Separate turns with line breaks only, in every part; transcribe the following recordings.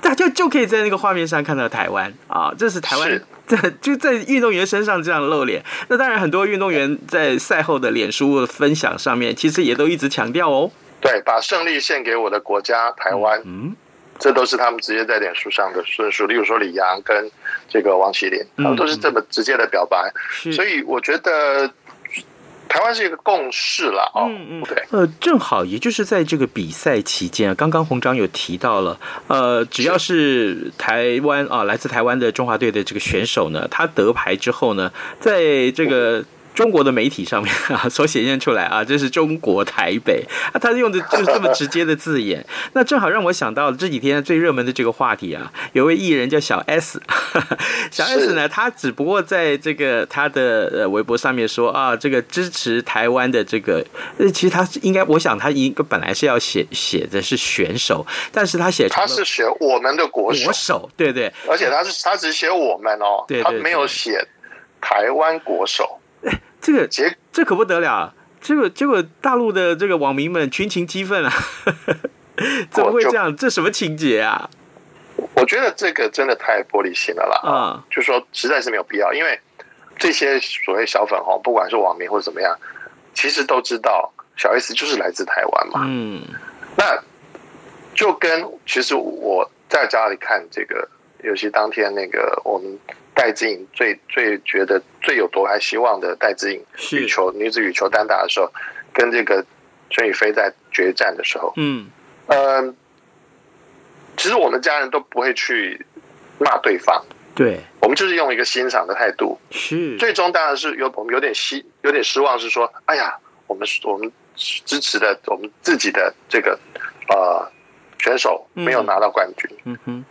大家就可以在那个画面上看到台湾啊，这是台湾
是。
这就在运动员身上这样露脸，那当然很多运动员在赛后的脸书分享上面，其实也都一直强调哦，
对，把胜利献给我的国家台湾，
嗯，
这都是他们直接在脸书上的论述。例如说李阳跟这个王麒麟，
嗯
他们都是这么直接的表白。
是
所以我觉得台湾是一个共识了哦，
嗯嗯
对，
呃，正好也就是在这个比赛期间啊，刚刚洪章有提到了，呃，只要是台湾啊，来自台湾的中华队的这个选手呢，他得牌之后呢，在这个。中国的媒体上面啊，所显现出来啊，这是中国台北啊，他用的就是这么直接的字眼。那正好让我想到了这几天最热门的这个话题啊，有位艺人叫小 S，小 S 呢，他只不过在这个他的呃微博上面说啊，这个支持台湾的这个，呃，其实他是应该，我想他应该本来是要写写的是选手，但是他写成
他
了
是写我们的国手
国，手，对对，
而且他是他只写我们哦
对，
他
对
没有
对
写台湾国手。
这个
结
这可不得了啊，这个结果大陆的这个网民们群情激愤啊， 怎么会这样？这什么情节啊？
我觉得这个真的太玻璃心了啦，
啊，
就说实在是没有必要，因为这些所谓小粉红，不管是网民或者怎么样，其实都知道小 S 就是来自台湾嘛。
嗯，
那就跟其实我在家里看这个，尤其当天那个我们戴资颖最最觉得最有夺牌希望的戴资颖
是
羽球女子羽球单打的时候，跟这个孙雨菲在决战的时候，
嗯，
嗯，其实我们家人都不会去骂对方，
对，
我们就是用一个欣赏的态度。
是，
最终当然是有我们有点希有点失望，是说，哎呀，我们我们支持的我们自己的这个呃选手没有拿到冠军，
嗯哼，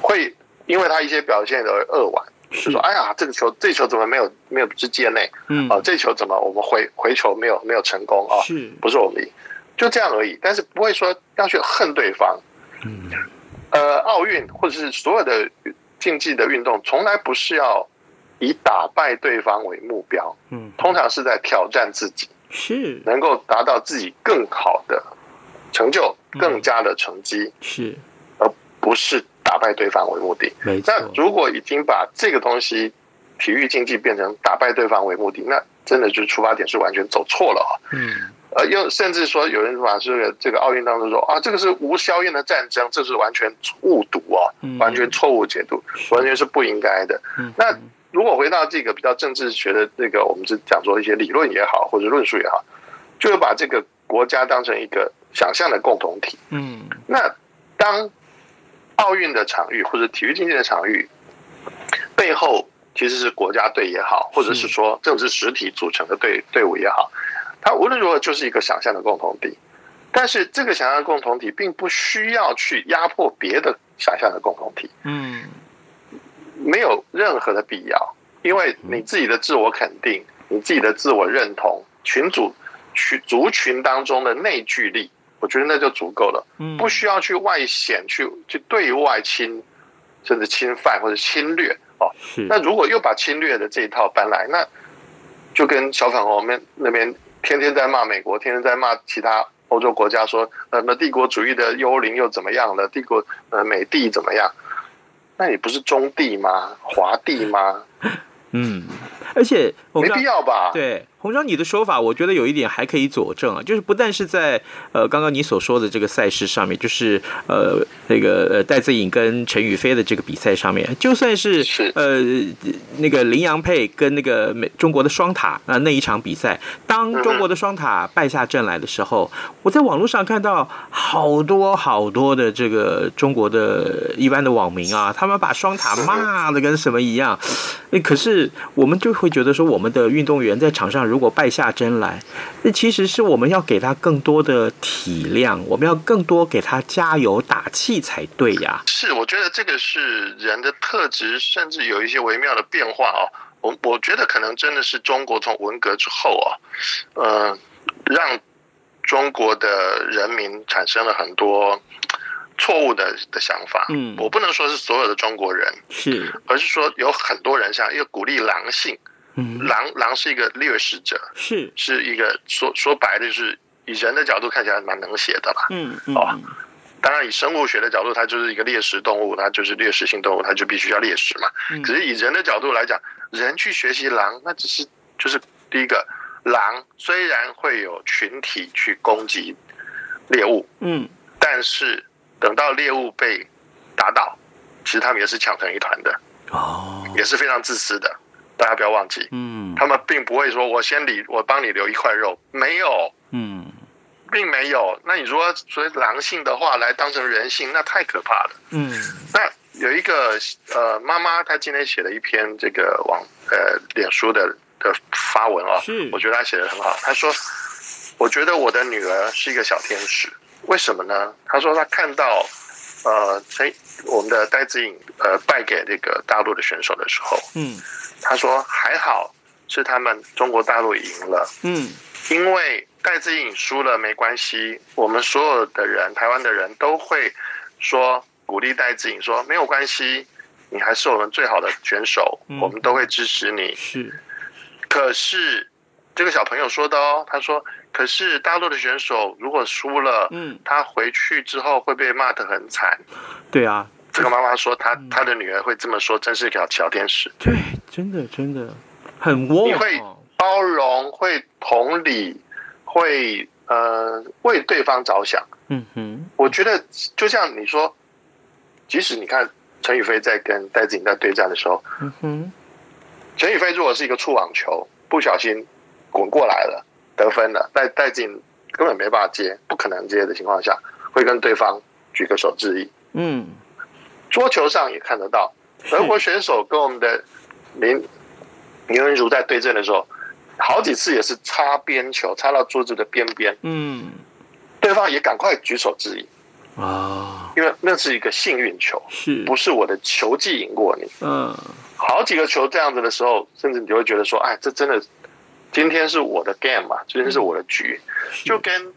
会因为他一些表现而扼腕，
是
就说，哎呀，这个球这球怎么没有没有直接内
嗯
啊、，这球怎么我们回回球没有没有成功啊、
是，
不是我们赢，就这样而已。但是不会说要去恨对方。嗯，呃，奥运或者是所有的竞技的运动，从来不是要以打败对方为目标，
嗯，
通常是在挑战自己，
是
能够达到自己更好的成就、更加的成绩，
是，
而不是打败对方为目的。
没错
那，如果已经把这个东西，体育竞技变成打败对方为目的，那真的就是出发点是完全走错了啊、
嗯，
呃，又甚至说有人把这个这个奥运当中说啊，这个是无硝烟的战争，这是完全误读哦
嗯，
完全错误解读，完全是不应该的
嗯。
那如果回到这个比较政治学的这个，我们是讲说一些理论也好，或者论述也好，就是把这个国家当成一个想象的共同体。
嗯，
那当奥运的场域或者体育竞技的场域背后其实是国家队也好，或者是说政治实体组成的队队伍也好，它无论如何就是一个想象的共同体。但是这个想象共同体并不需要去压迫别的想象的共同体，
嗯
没有任何的必要，因为你自己的自我肯定、你自己的自我认同、群组群族群当中的内聚力，我觉得那就足够了，
嗯，
不需要去外显、去去对外侵，甚至侵犯或者侵略哦。
是
那如果又把侵略的这一套搬来，那就跟小粉红们那边天天在骂美国，天天在骂其他欧洲国家说，呃，那帝国主义的幽灵又怎么样了？帝国呃美帝怎么样？那你不是中帝吗？华帝吗？
嗯，而且我
没
们知道
必要吧？
对，红章，你的说法，我觉得有一点还可以佐证啊，就是不但是在呃刚刚你所说的这个赛事上面，就是呃那个呃戴资颖跟陈宇飞的这个比赛上面，就算是
是
呃那个林洋配跟那个美中国的双塔啊、呃那一场比赛，当中国的双塔败下阵来的时候，我在网络上看到好多好多的这个中国的一般的网民啊，他们把双塔骂的跟什么一样，诶可是我们就会觉得说，我们的运动员在场上如果败下阵来，那其实是我们要给他更多的体谅，我们要更多给他加油打气才对呀。
是，我觉得这个是人的特质，甚至有一些微妙的变化哦。我我觉得可能真的是中国从文革之后啊，呃，让中国的人民产生了很多错误的的想法。
嗯
我不能说是所有的中国人，
是，
而是说有很多人像一个鼓励狼性，
嗯，
狼狼是一个掠食者，
是，
是一个说说白了就是以人的角度看起来蛮能写的啦。
嗯，
哦，当然，以生物学的角度，它就是一个猎食动物，它就是猎食性动物，它就必须要猎食嘛。
嗯
可是以人的角度来讲，人去学习狼，那只是就是第一个，狼虽然会有群体去攻击猎物，
嗯，
但是等到猎物被打倒，其实他们也是抢成一团的，
哦，
也是非常自私的。大家不要忘记，
嗯，
他们并不会说我先理，我帮你留一块肉，没有，
嗯，
并没有。那你如果所谓狼性的话来当成人性，那太可怕了。
嗯，
那有一个呃，妈妈她今天写了一篇这个网呃脸书的的发文啊、
是
我觉得她写的很好。她说，我觉得我的女儿是一个小天使，为什么呢？她说她看到呃，陈我们的戴资颖呃败给这个大陆的选手的时候，
嗯，
她说还好是他们中国大陆赢了，
嗯，
因为戴资颖输了没关系，我们所有的人，台湾的人都会说鼓励戴资颖说没有关系，你还是我们最好的选手，
嗯
我们都会支持你。
是，
可是这个小朋友说的哦，他说，可是大陆的选手如果输了，
嗯，
他回去之后会被骂得很惨。
对啊，
这个妈妈说，她
嗯
她的女儿会这么说，真是个小天使。
对，真的真的很哦窝
你会
囊，
包容，会同理，会呃为对方着想。
嗯哼，
我觉得就像你说，即使你看陈宇飞在跟戴子颖在对战的时候，
嗯哼，
陈宇飞如果是一个触网球，不小心滚过来了，得分了，戴戴子颖根本没办法接，不可能接的情况下，会跟对方举个手致意。
嗯，
桌球上也看得到，德国选手跟我们的林林文如在对阵的时候，好几次也是擦边球，擦到桌子的边边，
嗯，
对方也赶快举手致意，
啊，
因为那是一个幸运球。
是，
不是我的球技赢过你。
嗯，
好几个球这样子的时候，甚至你就会觉得说，哎，这真的，今天是我的 game 嘛，今天是我的局，
是
就跟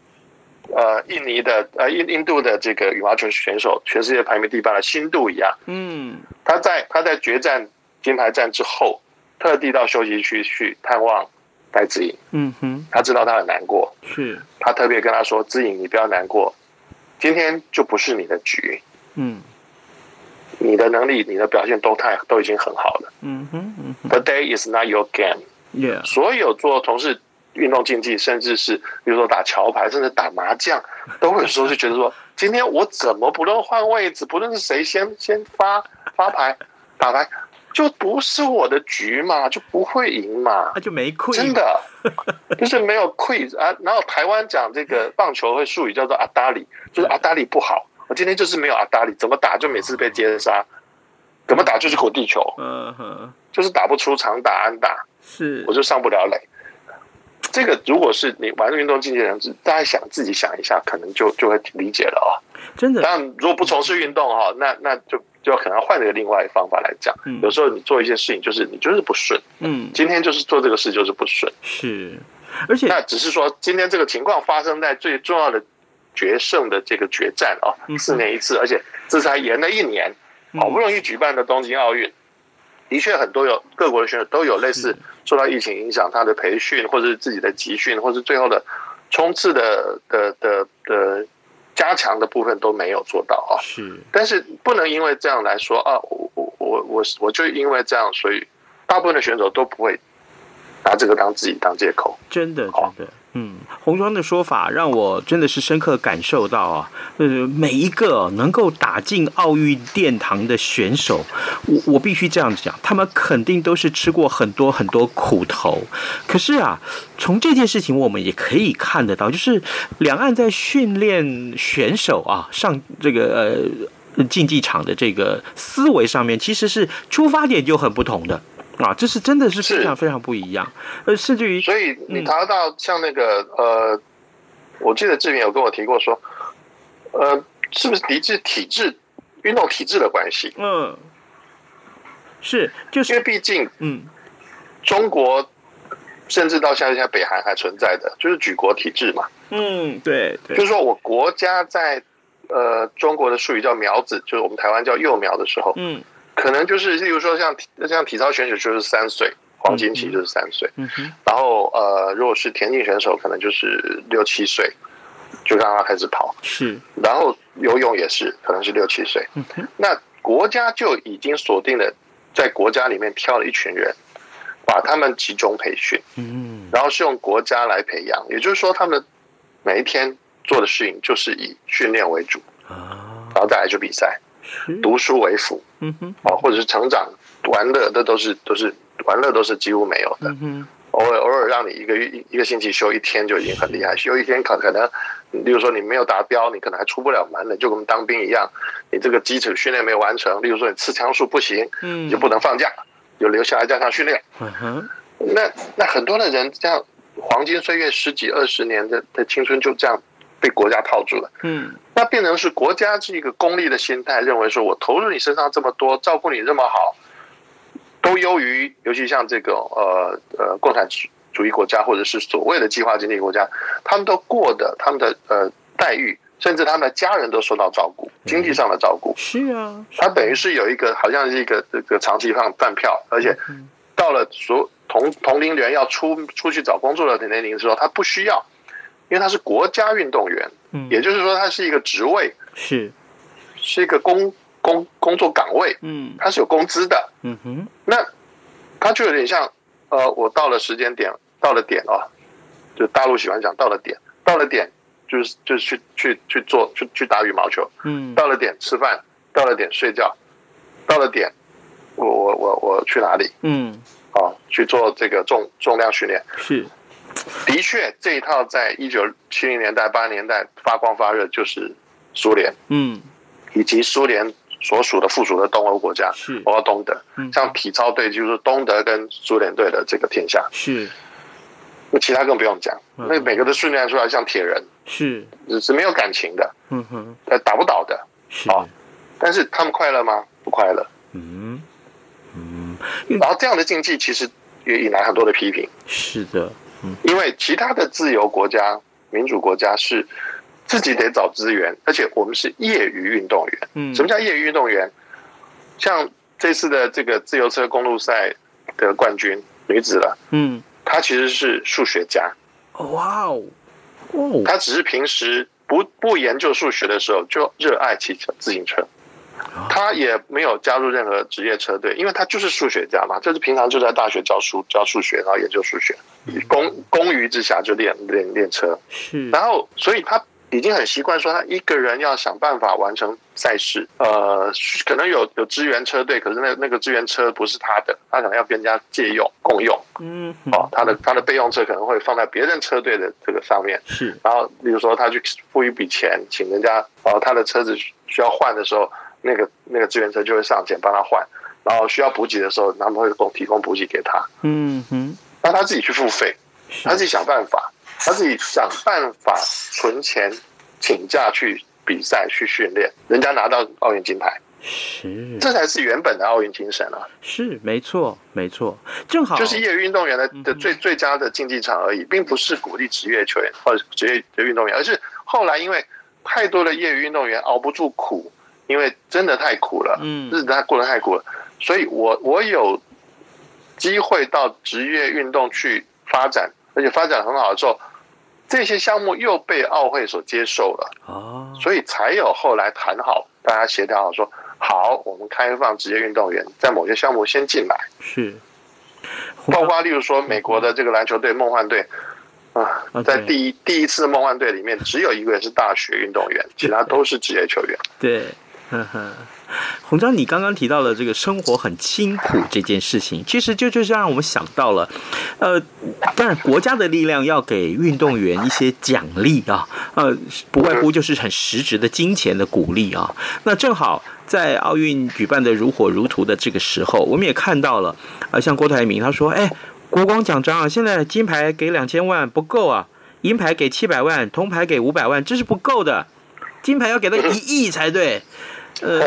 呃印尼的呃印印度的这个羽毛球选手，全世界排名第八的新度一样，
嗯，
他在他在决战金牌战之后，特地到休息区去探望戴资颖，
嗯哼，
他知道他很难过，
是，
他特别跟他说，资颖你不要难过，今天就不是你的局，
嗯，
你的能力、你的表现都太都已经很好了。
嗯哼，嗯哼
The day is not your game。
，Yeah，
所有做同事运动竞技，甚至是比如说打桥牌，甚至打麻将，都会有时候就觉得说，今天我怎么不论换位置，不论是谁先先发发牌打牌，就不是我的局嘛，就不会赢嘛
啊那。就没亏，
真，的，就是没有 quiz 啊。然后台湾讲这个棒球会术语叫做阿达里，就是阿达里不好。我今天就是没有阿达里，怎么打就每次被接杀，怎么打就是滚地球，
嗯哼，
就是打不出长打安打。
是
我，就上不了垒。这个如果是你玩运动竞技的人，大家想自己想一下，可能就就会理解了啊、哦。
真的，
但如果不从事运动哈、哦，那那就就可能换一个另外方法来讲。嗯、有时候你做一件事情，就是你就是不顺。嗯，今天就是做这个事就是不顺。
是，而且
那只是说今天这个情况发生在最重要的决胜的这个决战啊、哦，嗯、四年一次，而且这才延了一年，好不容易举办的东京奥运。的确，很多有各国的选手都有类似受到疫情影响，他的培训或者是自己的集训，或是最后的冲刺的的的的加强的部分都没有做到啊。
是，
但是不能因为这样来说啊，我我我我我就因为这样，所以大部分的选手都不会拿这个当自己当借口。
真的，真的。嗯，红庄的说法让我真的是深刻感受到啊，呃，每一个能够打进奥运殿堂的选手，我我必须这样讲，他们肯定都是吃过很多很多苦头。可是啊，从这件事情我们也可以看得到，就是两岸在训练选手啊，上这个呃竞技场的这个思维上面，其实是出发点就很不同的。啊，这是真的是非常非常不一样，呃，甚至于，
所以你
嗯
谈到像那个、嗯、呃，我记得志明有跟我提过说，呃，是不是抵制体制、运动体制的关系？
嗯，是，就是
因为毕竟，
嗯，
中国甚至到现在北韩还存在的就是举国体制嘛。
嗯，对，对
就是说我国家在呃中国的术语叫苗子，就是我们台湾叫幼苗的时候，
嗯。
可能就是，例如说像像体操选手就是三岁，黄金期就是三岁，
嗯嗯、
然后呃，如果是田径选手，可能就是六七岁就让他开始跑，
是，
然后游泳也是，可能是六七岁。
嗯、
那国家就已经锁定了，在国家里面挑了一群人，把他们集中培训，
嗯，
然后是用国家来培养，也就是说，他们每一天做的事情就是以训练为主，
啊，
然后再来去比赛。读书为辅，
嗯哼，
啊，或者是成长、玩乐，那都是都是玩乐，都是几乎没有的。
嗯
偶尔偶尔让你一个一一个星期休一天就已经很厉害，休一天可可能，例如说你没有达标，你可能还出不了门了，就跟当兵一样，你这个基础训练没有完成，例如说你刺枪术不行，
嗯，
你就不能放假，就留下来加强训练。
嗯哼，
那那很多的人这样黄金岁月十几二十年的的青春就这样。被国家套住了，
嗯，
那变成是国家是一个功利的心态，认为说我投入你身上这么多，照顾你这么好，都优于，尤其像这个呃呃共产主义国家或者是所谓的计划经济国家，他们都过的他们的呃待遇，甚至他们的家人都受到照顾，经济上的照顾。
是啊，
他等于是有一个好像是一个这个长期放饭票，而且到了所同同龄人要出出去找工作的年龄时候，他不需要。因为他是国家运动员，
嗯，
也就是说他是一个职位，
是，
是一个工工工作岗位，
嗯，
他是有工资的，
嗯哼，
那他就有点像，呃，我到了时间点，到了点啊，就大陆喜欢讲到了点，到了点就是就是去去去做去去打羽毛球，
嗯，
到了点吃饭，到了点睡觉，到了点，我我我我去哪里？
嗯，
啊，去做这个重重量训练
是。
的确，这一套在一九七零年代、八零年代发光发热，就是苏联，
嗯，
以及苏联所属的附属的东欧国家，
是，
包括东德，
嗯，
像体操队就是东德跟苏联队的这个天下，
是，
那其他更不用讲，嗯、那每个都训练出来像铁人，
是，
是没有感情的，
嗯哼，
呃，打不倒的，
是、
哦，但是他们快乐吗？不快乐，
嗯嗯，
然后这样的竞技其实也引来很多的批评，
是的。
因为其他的自由国家、民主国家是自己得找资源，而且我们是业余运动员。
嗯，
什么叫业余运动员？像这次的这个自由车公路赛的冠军女子了，
嗯，
她其实是数学家。
哇哦，哦，
她只是平时不不研究数学的时候就热爱骑车自行车，她也没有加入任何职业车队，因为她就是数学家嘛，就是平常就在大学教书教数学，然后研究数学。公公余之下就练练练车，
是，
然后所以他已经很习惯说他一个人要想办法完成赛事，呃，可能有有支援车队，可是那那个支援车不是他的，他可能要跟人家借用共用，
嗯，
哦，他的他的备用车可能会放在别人车队的这个上面，
是，
然后比如说他去付一笔钱，请人家，哦，他的车子需要换的时候，那个那个支援车就会上前帮他换，然后需要补给的时候，他们会供提供补给给他，
嗯哼。
让他自己去付费，他自己想办法，他自己想办法存钱请假去比赛去训练，人家拿到奥运金牌，
是
这才是原本的奥运精神啊！
是没错没错，正好
就是业余运动员的的最最佳的竞技场而已，并不是鼓励职业球员或者职业的运动员，而是后来因为太多的业余运动员熬不住苦，因为真的太苦了，
嗯
日子他过得太苦了，所以我我有机会到职业运动去发展，而且发展得很好之后，这些项目又被奥会所接受了。
哦，
所以才有后来谈好，大家协调好说，好，我们开放职业运动员在某些项目先进来，
是
包括例如说美国的这个篮球队梦幻队。啊
嗯啊，
在
对
第一第一次梦幻队里面，只有一个人是大学运动员，其他都是职业球员。
对，呵呵。洪章，你刚刚提到了这个生活很清苦这件事情，其实就就是让我们想到了，呃，当然国家的力量要给运动员一些奖励啊，呃，不外乎就是很实质的金钱的鼓励啊。那正好在奥运举办的如火如荼的这个时候，我们也看到了，呃，像郭台铭他说，哎，国光奖章啊，现在金牌给两千万不够啊，银牌给七百万，铜牌给五百万，这是不够的。金牌要给到一亿才对。呃，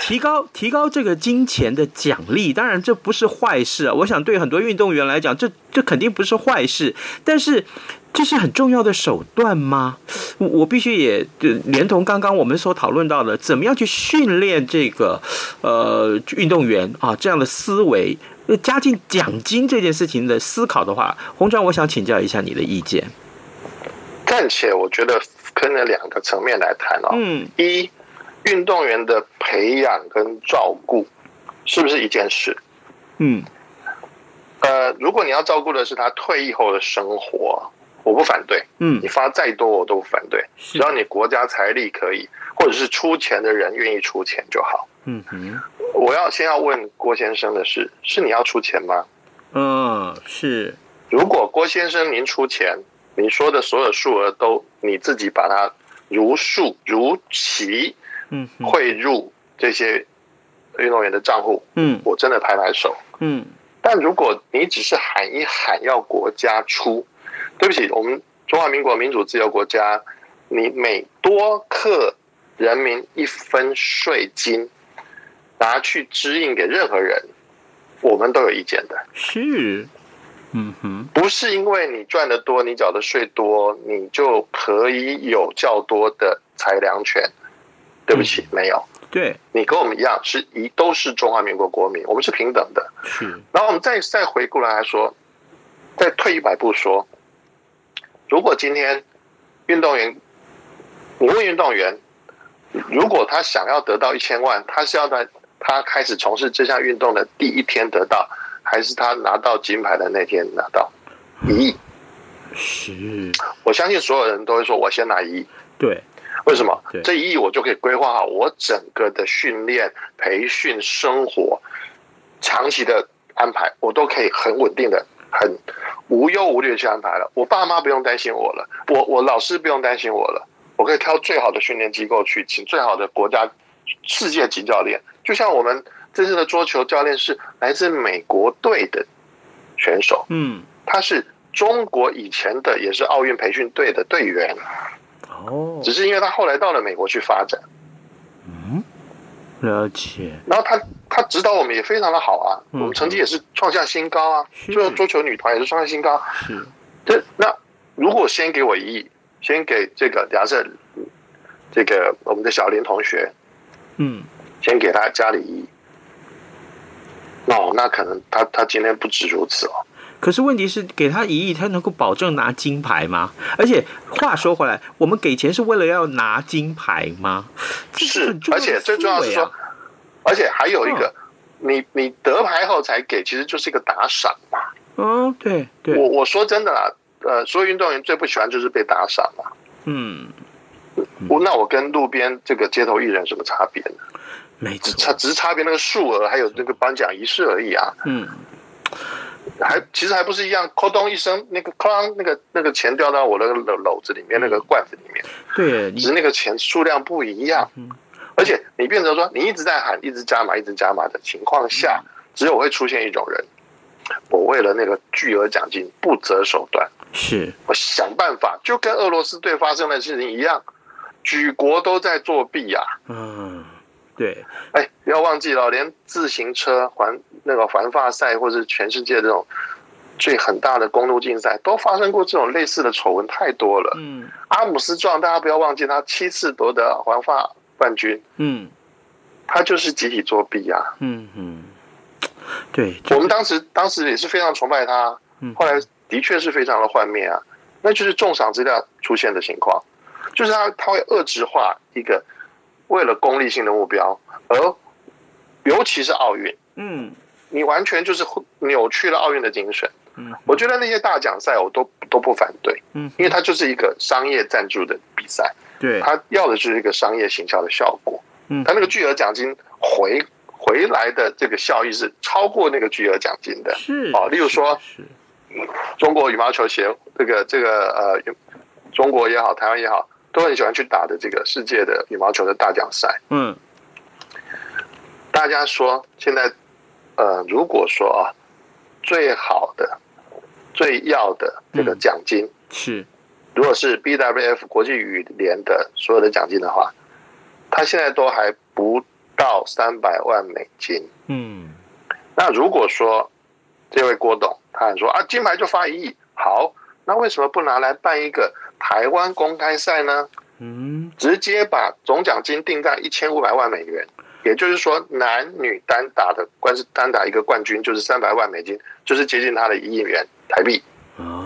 提高提高这个金钱的奖励，当然这不是坏事啊。我想对很多运动员来讲，这这肯定不是坏事，但是这是很重要的手段吗？我我必须也就连同刚刚我们所讨论到的，怎么样去训练这个呃运动员啊这样的思维，呃加进奖金这件事情的思考的话，洪章，我想请教一下你的意见。
暂且我觉得分了两个层面来谈哦。
嗯，
一，运动员的培养跟照顾是不是一件事？
嗯，
呃，如果你要照顾的是他退役后的生活，我不反对。
嗯
你发再多我都不反对，只要你国家财力可以，或者是出钱的人愿意出钱就好。
嗯哼，
我要先要问郭先生的是，是你要出钱吗？
嗯，是。
如果郭先生您出钱，你说的所有数额都你自己把它如数如期
嗯哼
汇入这些运动员的账户，
嗯
我真的拍拍手。
嗯
但如果你只是喊一喊要国家出，对不起，我们中华民国民主自由国家，你每多克人民一分税金，拿去支应给任何人，我们都有意见的。
是，嗯哼
不是因为你赚得多，你缴的税多，你就可以有较多的裁量权。对不起，没有，
对
你跟我们一样，是一都是中华民国国民，我们是平等的。
是
然后我们再再回顾来说，再退一百步说，如果今天运动员，你问运动员，如果他想要得到一千万，他是要在他开始从事这项运动的第一天得到，还是他拿到金牌的那天拿到一亿？
是，
我相信所有人都会说，我先拿一亿。
对
为什么
对？
这一亿我就可以规划好我整个的训练、培训、生活、长期的安排，我都可以很稳定的、很无忧无虑的去安排了。我爸妈不用担心我了，我我老师不用担心我了，我可以挑最好的训练机构去，请最好的国家、世界级教练。就像我们这次的桌球教练是来自美国队的选手，
嗯
他是中国以前的也是奥运培训队的队员。
哦，
只是因为他后来到了美国去发展，
了解
然后他他指导我们也非常的好啊，我
嗯
们成绩也是创下新高啊，
是
最后桌球女团也是创下新高。
是
这那如果先给我一亿，先给这个假设嗯这个我们的小林同学，
嗯
先给他家里一亿，哦，那可能他他今天不止如此哦。
可是问题是，给他一亿，他能够保证拿金牌吗？而且话说回来，我们给钱是为了要拿金牌吗？这
是
很，重
而
要的
且最
思
重要是
维
说
啊，，嗯
而且还有一个，你你得牌后才给，其实就是一个打赏嘛。
嗯，对
我
对，
我说真的啦，呃，所有运动员最不喜欢就是被打赏嘛。
嗯，
我那我跟路边这个街头艺人有什么差别呢？
没
只差
错，
只是差别那个数额，还有那个颁奖仪式而已啊，
嗯，
还其实还不是一样，扣咚一声，那个哐，那个那个钱掉到我那个篓篓子里面，那
嗯
个罐子里面，
对
只
你
是那个钱数量不一样
嗯，
而且你
嗯
变成说你一直在喊，一直加码，一直加码的情况下，只有会出现一种人，我为了那个巨额奖金不择手段，
是
我想办法，就跟俄罗斯队发生的事情一样，举国都在作弊啊呀、
嗯，对，
哎，不要忘记了，连自行车环那个环法赛，或是全世界这种最很大的公路竞赛，都发生过这种类似的丑闻太多了。
嗯
阿姆斯壮，大家不要忘记，他七次夺得环法冠军，
嗯
他就是集体作弊啊。
嗯嗯，对，
我们当时当时也是非常崇拜他
嗯，
后来的确是非常的幻灭啊，那就是重赏之下出现的情况，就是他他会遏制化一个为了功利性的目标，而尤其是奥运，
嗯
你完全就是扭曲了奥运的精神。
嗯
我觉得那些大奖赛我都都不反对，
嗯，
因为它就是一个商业赞助的比赛，
对，
它要的就是一个商业行销的效果。
嗯
它那个巨额奖金回回来的这个效益是超过那个巨额奖金的。
是
哦例如说
是
中国羽毛球协这个这个呃，羽中国也好，台湾也好，都很喜欢去打的这个世界的羽毛球的大奖赛。
嗯
大家说现在呃，如果说啊，最好的、最要的这个奖金，
是
如果是 BWF 国际羽联的所有的奖金的话，它现在都还不到三百万美金。
嗯
那如果说这位郭董他很说啊，金牌就发一亿，好，那为什么不拿来办一个台湾公开赛呢？
嗯
直接把总奖金定在一千五百万美元，也就是说男女单打的官是单打一个冠军就是三百万美金，就是接近他的一亿元台币，
哦，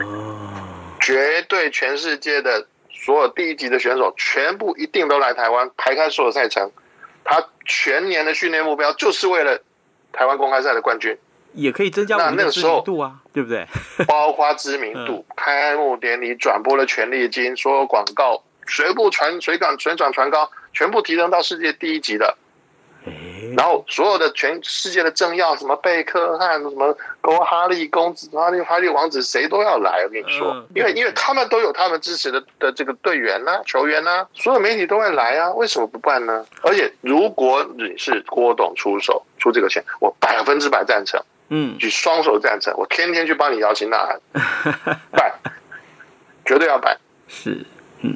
绝对全世界的所有第一级的选手全部一定都来台湾排开所有赛程，他全年的训练目标就是为了台湾公开赛的冠军。
也可以增加我
那
们
那
的
个
知
时候
名度啊，对不对？
包括知名度、开幕典礼、转播的权利金、所有广告，全部传水港水涨船高，全部提升到世界第一级的。
哎，
然后所有的全世界的政要，什么贝克汉、什么勾哈利公子、哈利哈利王子，谁都要来。我跟你说
嗯，
因为因为他们都有他们支持的的这个队员呐、球员呐、所有媒体都会来啊，为什么不办呢？而且如果你是郭董出手出这个钱，我百分之百赞成。
嗯
举双手赞成，我天天去帮你摇旗呐喊，办，绝对要办。
是，嗯，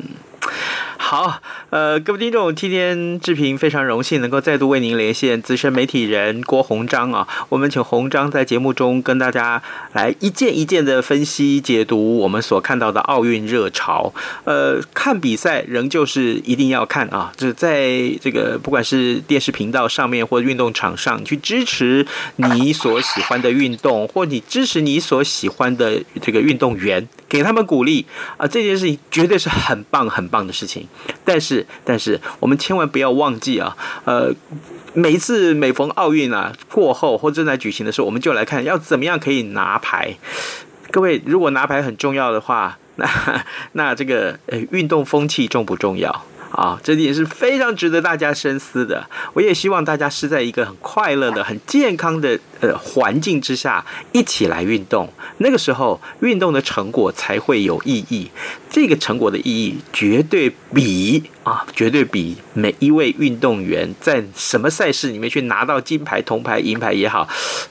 好，呃，各位听众，今天志平非常荣幸能够再度为您连线资深媒体人郭鸿章啊，我们请鸿章在节目中跟大家来一件一件的分析解读我们所看到的奥运热潮。呃，看比赛仍旧是一定要看啊，就是在这个不管是电视频道上面或运动场上，你去支持你所喜欢的运动，或你支持你所喜欢的这个运动员，给他们鼓励啊、这件事情绝对是很棒很棒的事情。但是，但是我们千万不要忘记啊，呃，每一次每逢奥运啊过后或正在举行的时候，我们就来看要怎么样可以拿牌。各位，如果拿牌很重要的话，那 那这个呃运动风气重不重要啊？这也是非常值得大家深思的。我也希望大家是在一个很快乐的、很健康的呃环境之下一起来运动，那个时候运动的成果才会有意义。这个成果的意义绝对比啊，绝对比每一位运动员在什么赛事里面去拿到金牌、铜牌、银牌也好，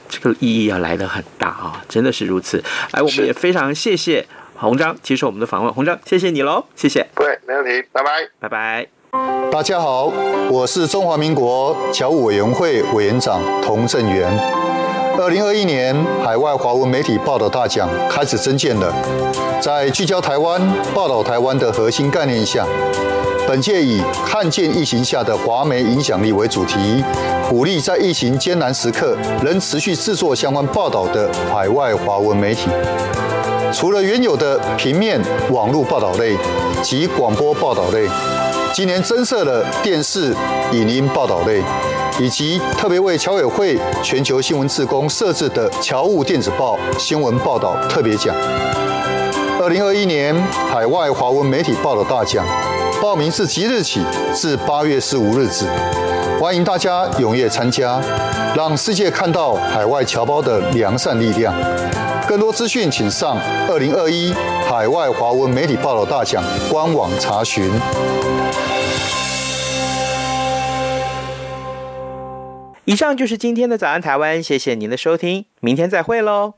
这个意义要来得很大啊，真的是如此。哎，我们
是
也非常谢谢洪章接受我们的访问，洪章，谢谢你喽，谢谢，
对，没问题，拜拜。
拜拜。
大家好，我是中华民国侨务委员会委员长童振源。二零二一年海外华文媒体报道大奖开始征件了，在聚焦台湾、报道台湾的核心概念下，本届以“看见疫情下的华媒影响力”为主题，鼓励在疫情艰难时刻仍持续制作相关报道的海外华文媒体。除了原有的平面、网络报道类及广播报道类，今年增设了电视、影音报道类，以及特别为侨委会全球新闻志工设置的侨务电子报新闻报道特别奖。二零二一年海外华文媒体报道大奖，报名自即日起至八月十五日止，欢迎大家踊跃参加，让世界看到海外侨胞的良善力量。更多资讯，请上二零二一海外华文媒体报道大奖官网查询。
以上就是今天的早安台湾，谢谢您的收听，明天再会喽。